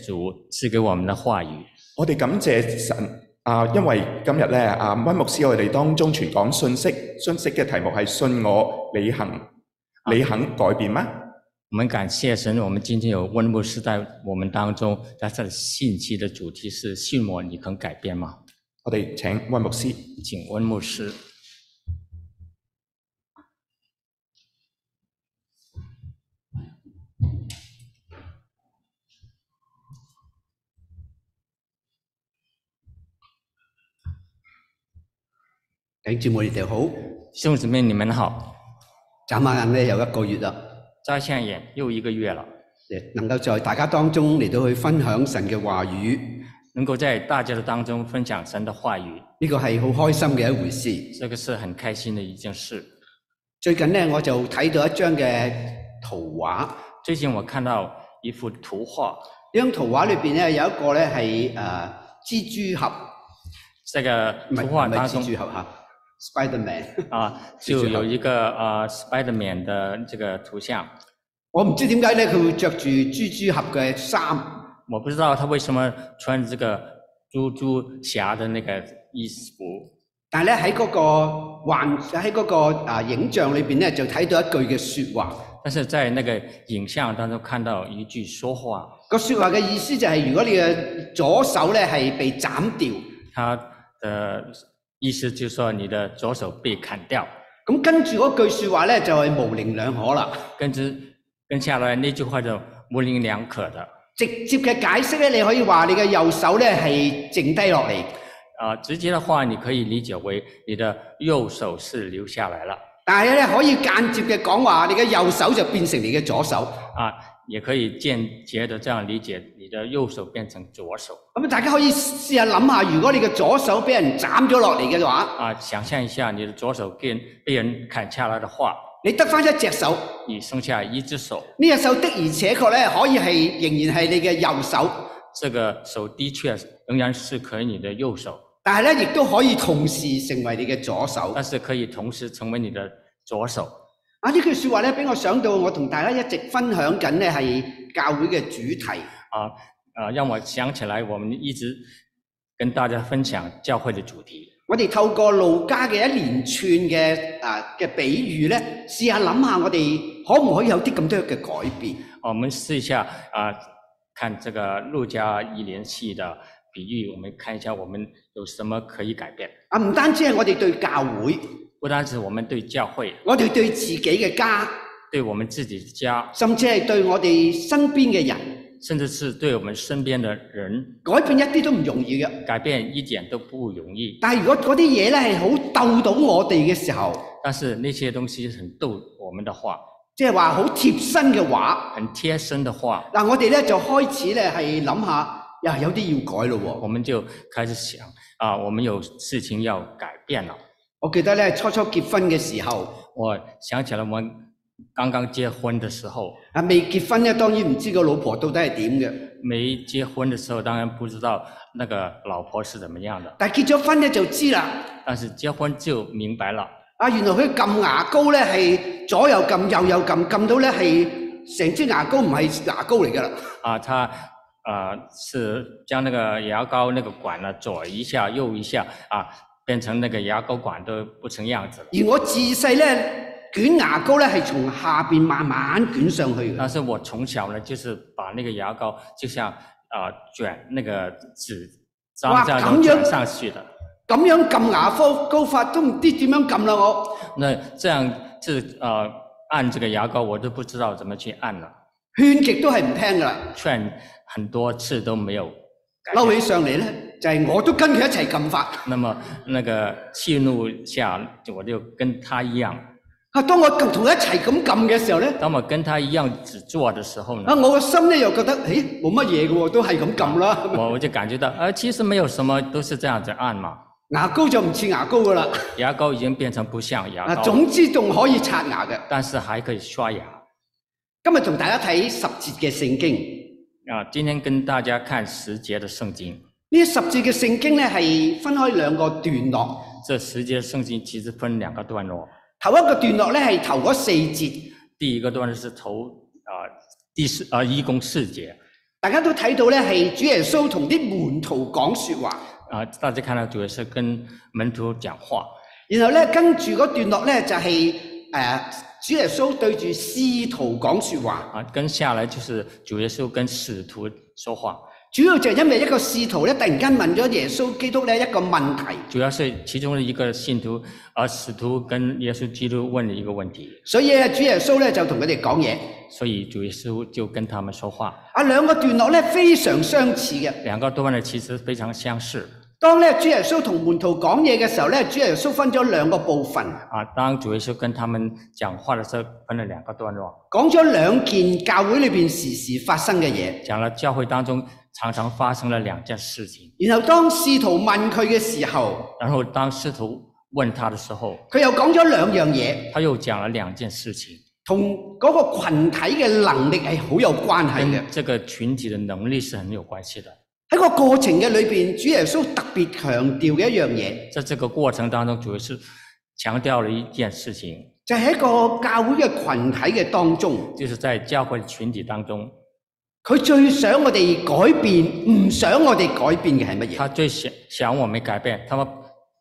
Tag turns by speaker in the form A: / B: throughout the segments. A: 主赐给我们的话语。
B: 我哋感謝神啊，因為今日咧啊，温牧師我哋當中傳講信息，信息嘅題目係信我，你行，你肯改變嗎？
A: 我们感谢神，我们今天有温牧师在我们当中，但是他的信息的主题是“信我，你肯改变吗
B: 我哋請温牧師。”。
A: 请温牧师，
C: 弟兄姊妹，你哋好！
A: 弟兄姊妹你们好。
C: 眨下眼咧，又一個月啦，
A: 眨下眼又一个月了，
C: 誒能夠在大家當中嚟到去分享神嘅話語，
A: 能够在大家的当中分享神的话语，
C: 呢個係好開心嘅一回事。
A: 这个是很开心的一件事。
C: 最近咧，我就睇到一張嘅圖畫，呢
A: 最近我看到一幅图画，
C: 張圖畫裏邊咧有一個咧係誒蜘蛛俠，
A: 这个
C: 唔係
A: 图
C: 唔
A: 画
C: 係
A: 当
C: 蜘
A: 中
C: 蛛俠嚇，Spider Man。
A: 啊，就有一个呃 Spiderman 的这个图像。
C: 我唔知點解咧，佢會着住蜘蛛俠嘅衫，
A: 我不知道他为什么穿这个猪猪侠的那个衣服，
C: 但係咧喺嗰個幻喺嗰個啊影像裏邊咧就睇到一句嘅説話。
A: 但是在那个影像当中看到一句说话，
C: 個説話嘅意思就係，如果你嘅左手咧係被斬掉，
A: 他的意思就是说你的左手被砍掉，
C: 咁跟住嗰句説話咧就係模棱兩可啦。
A: 跟之跟下来那句话就模棱两可的
C: 直接嘅解釋咧，你可以話你嘅右手咧係剩低落嚟，
A: 啊、直接的话你可以理解为你的右手是留下来了
C: 但係咧可以間接嘅講話，你嘅右手就變成你嘅左手。
A: 啊，也可以间接的这样理解，你的右手变成左手
C: 咁大家可以試下諗下，如果你嘅左手俾人斬咗落嚟嘅話，
A: 啊，想象一下你的左手被被人砍下来的话。
C: 你得翻一隻手，
A: 你剩下一只手，
C: 呢隻手的而且確咧可以係仍然係你嘅右手，
A: 这个手的确仍然是可以你的右手，
C: 但係咧亦都可以同時成為你嘅左手。
A: 但是可以同时成为你的左手。
C: 啊！呢句説話咧，俾我想到我同大家一直分享緊咧，係教會嘅主題。
A: 啊啊，让我想起来我们一直跟大家分享教会的主题。
C: 我哋透過路加嘅一連串嘅啊嘅比喻咧，試下諗下我哋可唔可以有啲咁多嘅改變？
A: 啊我们试一下啊，看这个路加一连系的比喻，我们看一下我们有什么可以改变。
C: 啊，唔單止係我哋對教會，
A: 不单是我们对教会，
C: 我哋對自己嘅家，
A: 对我们自己的家，
C: 甚至係對我哋身邊嘅人，
A: 甚至是对我们身边的人，
C: 改變一啲都唔容易嘅。
A: 改变一点都不容易。
C: 但係如果嗰啲嘢咧係好鬥到我哋嘅時候，
A: 但是那些东西很逗我们的话，
C: 即係話好貼身嘅話，
A: 很贴身的话，
C: 嗱我哋咧就開始咧係諗下，呀有啲要改咯喎
A: 我。们就开始想啊，我们有事情要改变了。
C: 我記得咧，初初結婚嘅時候，
A: 我想起了我刚刚结婚的时候，
C: 啊未結婚咧，當然唔知個老婆到底係點嘅。
A: 没结婚的时候当然不知道那个老婆是怎么样的，
C: 但係結咗婚咧就知啦。
A: 但是结婚就明白了，
C: 啊，原來佢撳牙膏咧係左右撳，右右撳，撳到咧係成支牙膏唔係牙膏嚟㗎啦。
A: 啊，他呃是将那个牙膏那个管呢左一下右一下啊，变成那个牙膏管都不成样子了。
C: 而我自細咧捲牙膏咧係從下邊慢慢捲上去嘅
A: 但。是我从小呢，就是把那个牙膏就像啊、卷那个纸张
C: 哇
A: 这样
C: 咁
A: 卷
C: 样
A: 上去的。
C: 咁樣撳牙膏膏法都唔知點樣撳啦我。
A: 那这样是呃按这个牙膏，我都不知道怎么去按了，
C: 勸極都係唔聽㗎啦，
A: 劝很多次都没有改
C: 嬲
A: 变。
C: 起上嚟咧就係、我都跟佢一齊撳法。
A: 那么那个气怒下，我就跟他一样。
C: 啊，當我撳同佢一齊咁撳嘅時候咧。
A: 当我跟他一样只做的时候呢
C: 啊，，我個心咧又覺得，咦，冇乜嘢嘅喎，都係咁撳啦。
A: 我我就感觉到，呃，其实没有什么，都是这样子按嘛。
C: 牙膏就唔似牙膏噶啦，
A: 牙膏已经变成不像牙
C: 啊，
A: 膏了，
C: 總之仲可以刷牙嘅。
A: 但是还可以刷牙。
C: 今日同大家睇十節嘅聖經，
A: 啊，今天跟大家看十节的圣经。
C: 呢十節嘅聖經咧係分開兩個段落，
A: 这十节圣经其实分两个段落，
C: 頭一個段落咧係頭嗰四節，
A: 第一个段落是头啊、第四啊、一共四节，
C: 大家都睇到咧，係主耶穌同啲門徒講说話，
A: 啊，大家看到主耶稣跟门徒讲话，
C: 然後咧跟住嗰段落咧就係呃主耶穌對住師徒講说話。
A: 啊，跟下来就是主耶稣跟使徒说话，
C: 主要就係因為一個使徒咧突然間問咗耶穌基督咧一個問題，
A: 主要是其中的一个信徒，而使徒跟耶稣基督问了一个问题，
C: 所以咧主耶穌咧就同佢哋講嘢。
A: 所以主耶稣就跟他们说话，
C: 啊，兩個段落咧非常相似嘅。
A: 两个段落其实非常相似。
C: 當咧主耶穌同門徒講嘢嘅時候咧，主耶穌分咗兩個部分，
A: 啊，当主耶稣跟他们讲话的时候，分了两个段落，
C: 講咗兩件教會裏面時時發生嘅嘢。
A: 讲了教会当中常常发生了两件事情。
C: 然後當使徒問佢嘅時候，
A: 然后当师徒问他的时候，
C: 佢又講咗兩樣嘢，
A: 他又讲了两件事情，
C: 同嗰個群體嘅能力係好有關係嘅
A: 跟。这个群体的能力是很有关系的。
C: 喺個過程嘅裏面，主耶穌特別強調嘅一樣嘢，
A: 在这个过程当中，主要是强调了一件事情，
C: 就係、一個教會嘅群體嘅當中，
A: 就是在教会群体当中，
C: 佢最想我哋改變，唔想我哋改變嘅係乜嘢？
A: 他最想想我们改变，他们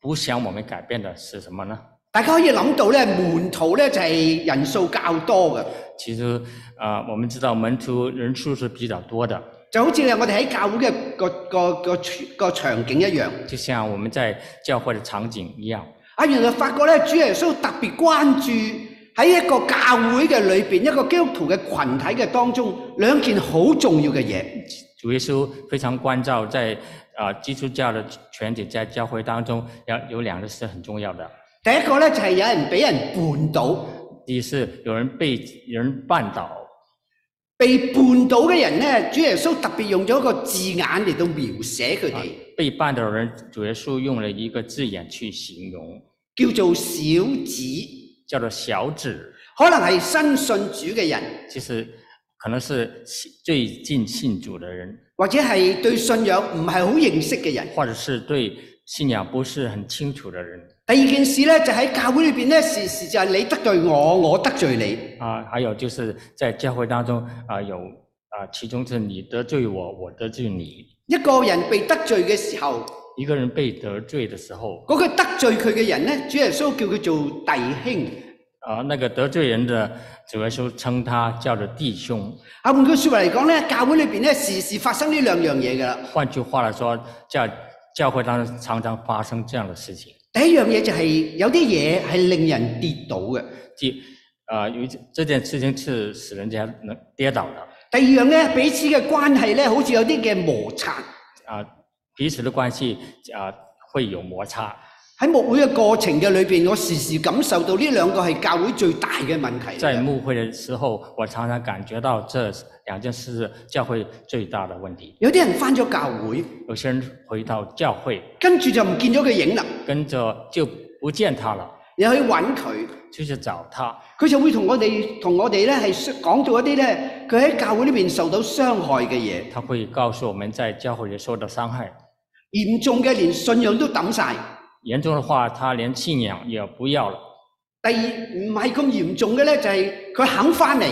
A: 不想我们改变的是什么呢？
C: 大家可以諗到咧，門徒咧就係人數較多嘅。
A: 其实，啊，我们知道门徒人数是比较多的，
C: 就好似我哋喺教會嘅個個個個場景一樣。
A: 就像我们在教會的場景一樣，
C: 啊，原來發覺咧，主耶穌特別關注喺一個教會嘅裏邊，一個基督徒嘅群體嘅當中，兩件好重要嘅嘢。
A: 主耶穌非常關照在啊、呃基督教的全体在教會當中，要有兩个是很重要的。
C: 第一個咧就係、有人俾人絆倒，
A: 第一是有人被有人绊倒，
C: 被絆倒嘅人咧，主耶穌特別用咗一個字眼嚟到描寫佢哋，
A: 被绊倒的人，主耶穌用了一個字眼去形容，
C: 叫做小子，
A: 叫做小指，
C: 可能係新信主嘅人，
A: 就是可能是信最近信主的人，
C: 或者係對信仰唔係好認識嘅人。
A: 或者是对信仰不是很清楚的人
C: 第二件事呢，就喺教會裏面呢，時時就係你得罪我，我得罪你。
A: 啊。还有就是在教會當中啊、有啊、其中是你得罪我，我得罪你。
C: 一個人被得罪嘅時候，
A: 一個人被得罪的時候，
C: 嗰、個得罪佢嘅人呢，主耶穌叫佢做弟兄。
A: 啊、那個得罪人的主耶穌稱他叫做弟兄。
C: 啊，換句說話嚟講呢，教會裏面呢，時時發生呢兩樣嘢㗎啦。
A: 換句話來說，教教會當中常常發生這樣的事情。
C: 第一樣嘢就係、有啲嘢係令人跌倒嘅。
A: 第，啊、有一這件事情是使人家能跌倒的
C: 第二樣呢，彼此嘅關係呢，好似有啲嘅摩擦。
A: 啊、彼此的關係啊、會有摩擦。
C: 喺牧會嘅過程嘅裏面，我時時感受到呢兩個係教會最大嘅問題嚟
A: 在
C: 嘅。
A: 牧會的時候，我常常感覺到這兩件事是教會最大的問題。
C: 有啲人返咗教會，
A: 有些人回到教會，
C: 跟住就唔見咗佢影啦。
A: 跟着就不見他了，
C: 你去揾佢，
A: 就去找他。
C: 佢就會同我哋同我哋咧係講到一啲咧，佢喺教會呢邊受到傷害嘅嘢，
A: 他会告訴我們在教會里受到傷害，
C: 嚴重嘅連信仰都抌晒。
A: 嚴重的話他連信仰也不要了
C: 第二唔係咁嚴重嘅咧，就係、佢肯翻嚟。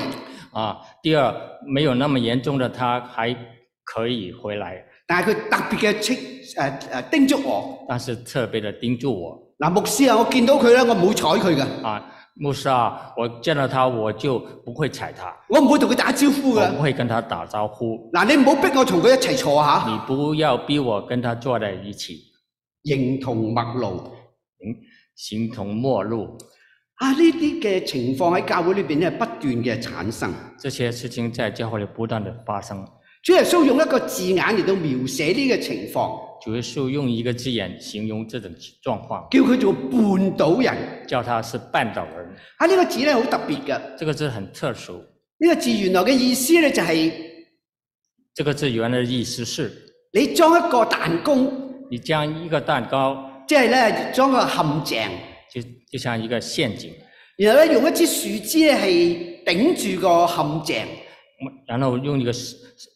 A: 啊。第二，沒有那麼嚴重的，他還可以回來，
C: 但係佢特別嘅斥誒誒叮囑我
A: 但是特別的叮囑我
C: 嗱，牧師啊，我見到佢咧，我唔會睬佢嘅，
A: 啊，牧師啊，我見到他我就不會踩他，
C: 我唔會同佢打招呼
A: 我
C: 嘅。
A: 不會跟他打招呼，
C: 嗱，你唔好逼我同佢一齊坐下，
A: 你不要逼我跟他坐在一起，
C: 形同陌路
A: 形同陌路。
C: 啊！呢啲嘅情況喺教會裏邊咧不斷嘅產生。
A: 這些事情在教會里不斷的發生。
C: 主耶穌用一個字眼嚟到描寫呢個情況。
A: 主耶穌用一個字眼形容這種狀況，
C: 叫佢做半島人。
A: 叫他是绊倒人。
C: 啊，呢、個字咧好特別嘅，呢、
A: 这个字很特殊，
C: 個字原來嘅意思咧就係、
A: 这个字原来的意思是，
C: 你裝一個彈弓，
A: 你将一个蛋糕
C: 即係咧裝個陷阱，
A: 就就像一個陷阱，
C: 然後咧用一支樹枝咧係頂住個陷阱，
A: 然后用一個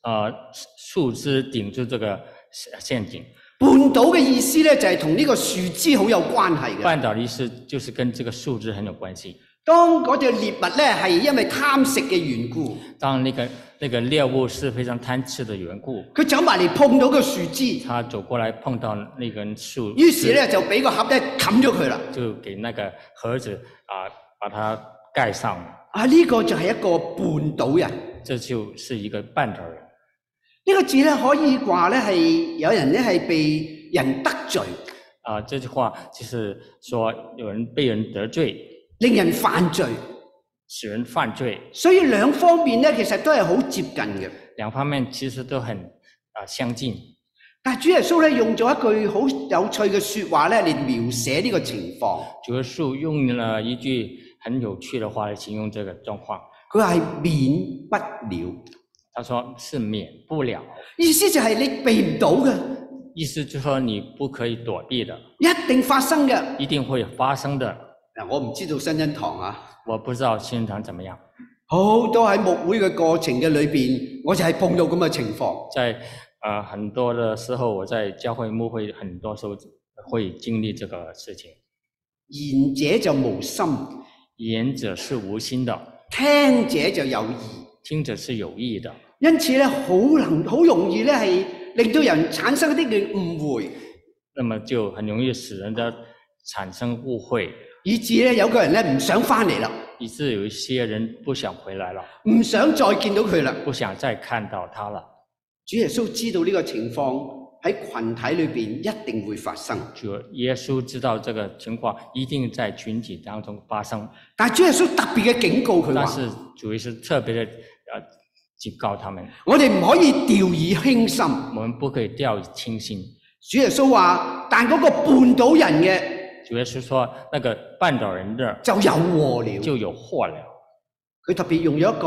A: 呃树枝頂住這個陷陷阱。
C: 半島嘅意思咧就係同呢個樹枝好有關係嘅。
A: 绊倒的意思就是跟這個樹枝很有關係。
C: 當嗰隻獵物咧係因為貪食嘅緣故，
A: 当那个那个猎物是非常贪吃的缘故，
C: 佢走埋嚟碰到個樹枝，
A: 他走过来碰到那根树，
C: 於是咧就俾個盒咧冚咗佢啦。
A: 就给那个盒子啊把它盖上了，
C: 啊，呢、個就係一個半島人。呢、
A: 这就是一个半岛人。
C: 個字咧可以話咧係有人咧係被人得罪，
A: 啊，这句话就是说有人被人得罪，
C: 令人犯罪。
A: 使人犯罪，
C: 所以兩方面咧其實都係好接近嘅。
A: 两方面其实都很啊相近。
C: 但主耶穌咧用咗一句好有趣嘅説話咧嚟描寫呢個情況。
A: 主耶稣用了一句很有趣的话来形容这个状况，
C: 佢話係免不了，
A: 他说是免不了，
C: 意思就係你避唔到嘅，
A: 意思就是说你不可以躲避的，
C: 一定發生嘅。
A: 一定会发生的。
C: 嗱，我唔知道新恩堂啊，
A: 我不知道新人堂怎么样，
C: 好多喺牧會嘅過程嘅裏邊，我就係碰到咁嘅情況。
A: 在呃很多的时候，我在教会牧会很多时候会经历这个事情。
C: 言者就無心，
A: 言者是无心的，
C: 聽者就有意，
A: 听者是有意的，
C: 因此咧，好能好容易咧係令到人產生一啲嘅誤會，
A: 那么就很容易使人家产生误会，
C: 以致咧有個人咧唔想翻嚟啦，
A: 以致有一些人不想回来了，
C: 唔想再見到佢啦。
A: 不想再看到他了。
C: 主耶穌知道呢個情況喺群體裏邊一定會發生，
A: 主耶稣知道这个情况一定在群体当中发生，
C: 但係主耶穌特別嘅警告佢
A: 但
C: 話：
A: 是主耶稣特别的呃警告他们，
C: 我哋唔可以掉以輕心。
A: 我们不可以掉以轻心。
C: 主耶穌話：但嗰個半島人嘅
A: 主耶稣说，那个绊倒人的
C: 就有禍了。
A: 就有祸了。
C: 佢特別用咗一個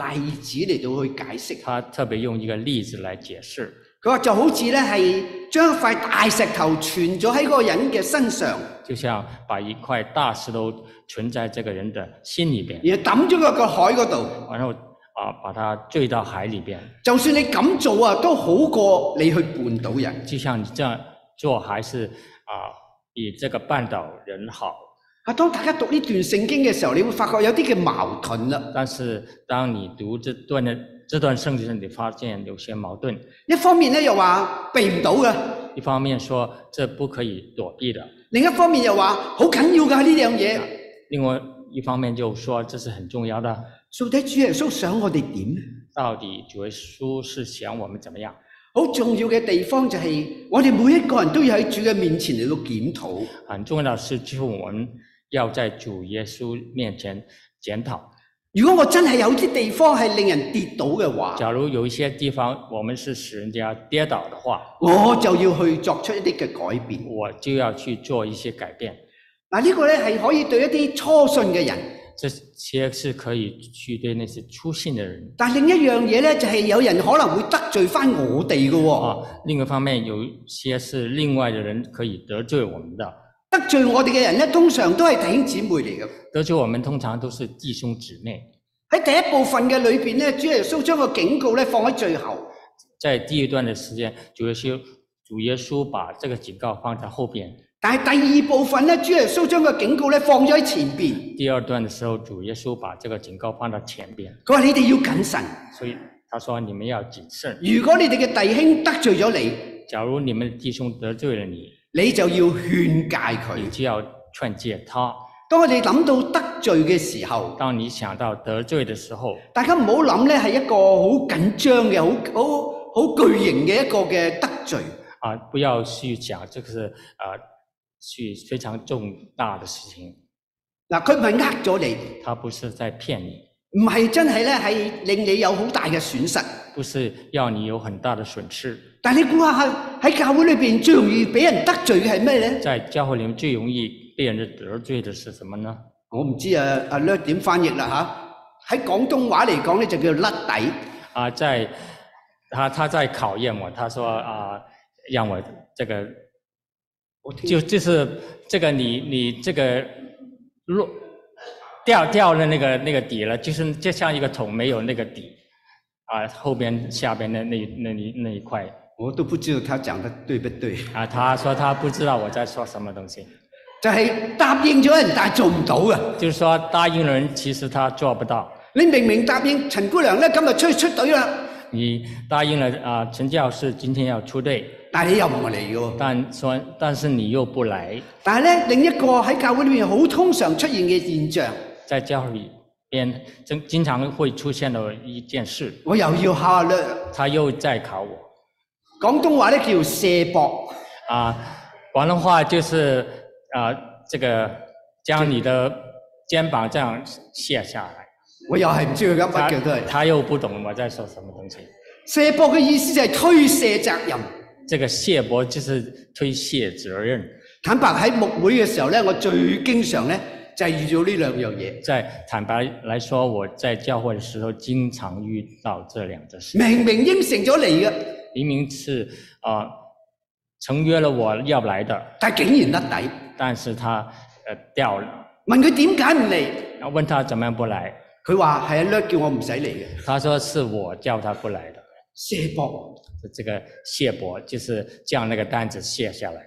C: 例子嚟到去解釋。
A: 他特别用一个例子来解释，
C: 佢話就好似咧係將一塊大石頭存咗喺嗰個人嘅身上，
A: 就像把一块大石头存在这个人的心里边，
C: 然後抌咗落個海嗰度。
A: 然后啊把它坠到海里边，
C: 就算你咁做啊，都好過你去半島人。
A: 就像你这样做还是啊比这个绊倒人好。
C: 啊，當大家讀呢段聖經嘅時候，你會發覺有啲嘅矛盾啦。
A: 但是当你读这段的这段圣经，你发现有些矛盾。
C: 一方面咧又話避唔到嘅，
A: 一方面说这不可以躲避的，
C: 另一方面又話好緊要㗎呢樣嘢。
A: 另外一方面就说这是很重要的。
C: 到底主耶穌想我哋點呢？
A: 到底主耶稣是想我们怎么样？
C: 好重要嘅地方就係我哋每一個人都要喺主嘅面前嚟到檢討，
A: 很重要的是，就是我们要在主耶稣面前检讨。
C: 如果我真係有啲地方係令人跌倒嘅話，
A: 假如有一些地方我们是使人家跌倒的话，
C: 我就要去作出一啲嘅改變。
A: 我就要去做一些改变。
C: 嗱，呢個呢係可以對一啲初信嘅人，
A: 这些是可以去对那些粗信的人
C: 但另一樣嘢呢，就係有人可能會得罪翻我哋嘅喎，
A: 啊，另一方面，有一些是另外的人可以得罪我们的，
C: 得罪我哋嘅人呢，通常都係弟兄姊妹嚟嘅。
A: 得罪我们通常都是弟兄姊妹。
C: 喺第一部分嘅裏面呢，主耶穌將個警告呢放喺最後，
A: 在第一段的时间，主耶稣主耶稣把这个警告放在后边；
C: 但係第二部分呢，主耶穌將個警告呢放咗喺前面。
A: 第二段的时候，主耶稣把这个警告放到前边。
C: 佢話：你哋要謹慎。
A: 所以他说：“你们要谨慎，
C: 如果你哋嘅弟兄得罪咗你，
A: 假如你们的弟兄得罪了你，
C: 你就要勸戒
A: 你
C: 佢。
A: 就要劝诫他。
C: 當我哋諗到得罪嘅時候，
A: 当你想到得罪的时候，
C: 大家唔好諗呢係一個好緊張嘅、好好好巨型嘅一個嘅得罪。
A: 啊，不要去讲这个是啊，去非常重大的事情。”
C: 嗱，佢唔係呃咗你，
A: 他不是在骗你，
C: 唔係真係呢係令你有好大嘅損失。
A: 不是要你有很大的損失。
C: 但你估下喺教會裏面最容易俾人得罪嘅係咩呢？
A: 在教会里面最容易被人家得罪的是什么呢？
C: 我唔知啊，阿略點翻譯啦吓，喺廣東話嚟講呢，就叫甩底。
A: 啊，在他他在考验我，他说啊，让我这个
C: 我聽
A: 就就是这个你你这个落掉掉了那个那个底了，就是就像一个桶没有那个底啊，后边下边的那那那那一块
C: 我都不知道他講得對不對。
A: 啊，他说他不知道我在说什么东西。
C: 就係答應咗人，但係做唔到嘅。
A: 就是说答应了人，其实他做不到。
C: 你明明答應陳姑娘咧，今日出去出隊啦，
A: 你答应了啊、陈教士今天要出队，
C: 但係你又唔嚟嘅喎。
A: 但说但是你又不来，
C: 但係咧，另一個喺教會裏面好通常出現嘅現象，
A: 在教会里边经经常会出现的一件事，
C: 我又要考下略。
A: 他又在考我
C: 廣東話咧叫卸膊，
A: 啊。广东话就是啊、这个将你的肩膀这样卸下来。
C: 我又係唔知佢噏
A: 他
C: 乜嘅都係。
A: 他又不懂我在说什么东西。
C: 卸膊嘅意思就係推卸責任。
A: 这个卸膊就是推卸责任，
C: 坦白喺牧會嘅時候咧，我最經常咧就係遇到呢兩樣嘢。
A: 在坦白来说，我在教会的时候经常遇到这两件事。
C: 明明應承咗嚟嘅，
A: 明明是啊、呃承约了我要来的，
C: 但係竟然甩底。
A: 但是他呃掉了。
C: 問佢點解唔嚟，
A: 然後问他怎么样不来，
C: 佢話係阿略叫我唔使嚟嘅。
A: 他说是我叫他不来的。
C: 卸膊，
A: 这个卸膊就是将那个单子卸下来。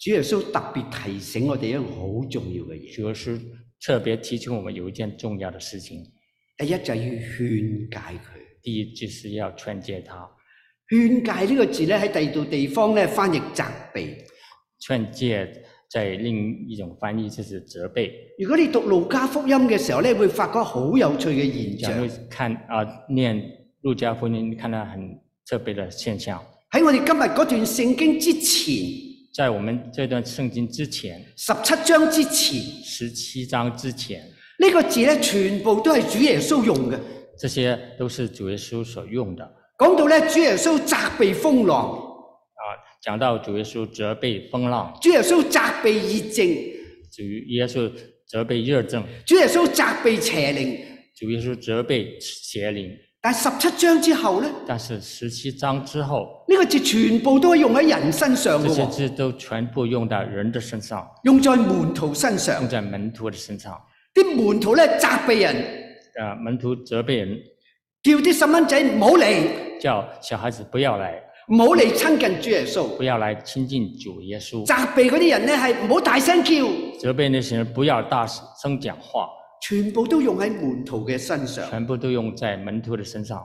C: 主耶穌特別提醒我哋一樣好重要嘅嘢。
A: 主耶稣特别提醒我们有一件重要的事情，
C: 第一就係要勸戒佢。
A: 第一就是要劝诫他。
C: 勸戒呢個字咧喺第二度地方咧翻譯責備。
A: 劝诫在另一种翻译就是责备。
C: 如果你讀路加福音嘅時候咧，會發覺好有趣嘅現
A: 假
C: 象
A: 如。看啊、念路加福音，看到很特别的现象，
C: 喺我哋今日嗰段聖經之前，
A: 在我们这段圣经之前，
C: 十七章之前，呢、
A: 十七章之前，
C: 個字咧全部都係主耶穌用嘅。
A: 这些都是主耶稣所用的啊、
C: 講到咧，主耶穌責備風浪，
A: 讲到主耶稣责备风浪，
C: 主耶穌責備熱症，
A: 主耶稣责备热症，
C: 主耶穌責備邪靈。
A: 主耶稣责备邪灵。
C: 但十七章之後咧，呢、
A: 但是十七章之后，
C: 呢個字全部都係用喺人身上
A: 这
C: 嘅
A: 些
C: 喎，
A: 字都全部用到人的身上，
C: 用在門徒身上
A: 用。在门徒的身上。
C: 啲門徒咧責備人，
A: 啊，门徒责备人，
C: 叫啲細蚊仔唔好嚟，
A: 叫小孩子不要来，
C: 唔好嚟親近主耶穌。
A: 不要来亲近主耶稣，
C: 責備嗰啲人咧係唔好大聲叫，
A: 责备那些人不要大声讲话，
C: 全部都用喺門徒嘅身上。
A: 全部都用在门徒的身上。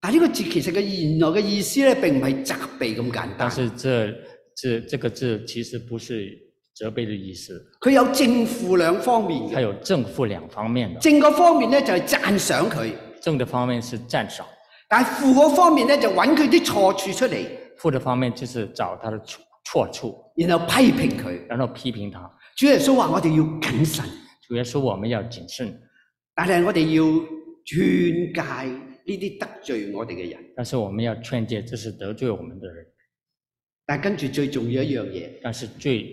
C: 但呢個字其實嘅原來嘅意思咧，並唔係責備咁簡單
A: 但，是这这这个字其实不是责备的意思，
C: 佢有正負兩方面
A: 它
C: 嘅。
A: 有正负兩方面的。
C: 正嗰方面咧就係讚賞佢，
A: 正的方面是赞赏，
C: 但係負嗰方面咧就揾佢啲錯處出嚟，
A: 负的方面就是找他的错错处，
C: 然後批評佢。
A: 然后批评他。
C: 主耶穌話：我哋要謹慎，
A: 主耶稣我们要谨慎，
C: 但係我哋要勸戒呢啲得罪我哋嘅人。
A: 但是我们要劝诫这是得罪我们的人。
C: 但跟住最重要一樣嘢，
A: 但是最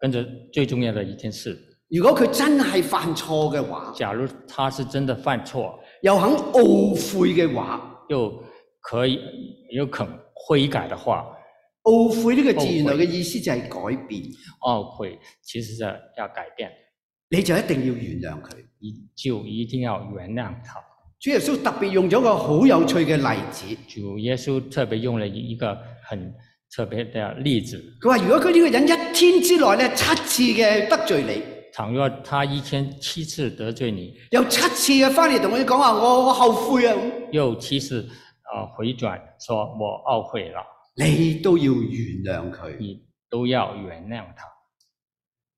A: 跟着最重要的一件事，
C: 如果佢真係犯錯嘅話，
A: 假如他是真的犯错，
C: 又肯懊悔嘅話，
A: 又可以又肯悔改的话，
C: 懊悔呢個字
A: 懊悔
C: 原來嘅意思就係改變，
A: 懊悔其实是要改变，
C: 你就一定要原諒佢。
A: 你就一定要原谅他。
C: 主耶穌特別用咗個好有趣嘅例子，
A: 主耶稣特别用了一个很特别的例子，
C: 佢話：如果佢呢個人一天之內咧七次嘅得罪你，
A: 倘若他一天七次得罪你，
C: 有七次嘅翻嚟同佢講話，我我後悔啊，
A: 又七次啊、呃回转说我懊悔了，
C: 你都要原諒佢。
A: 你都要原谅他。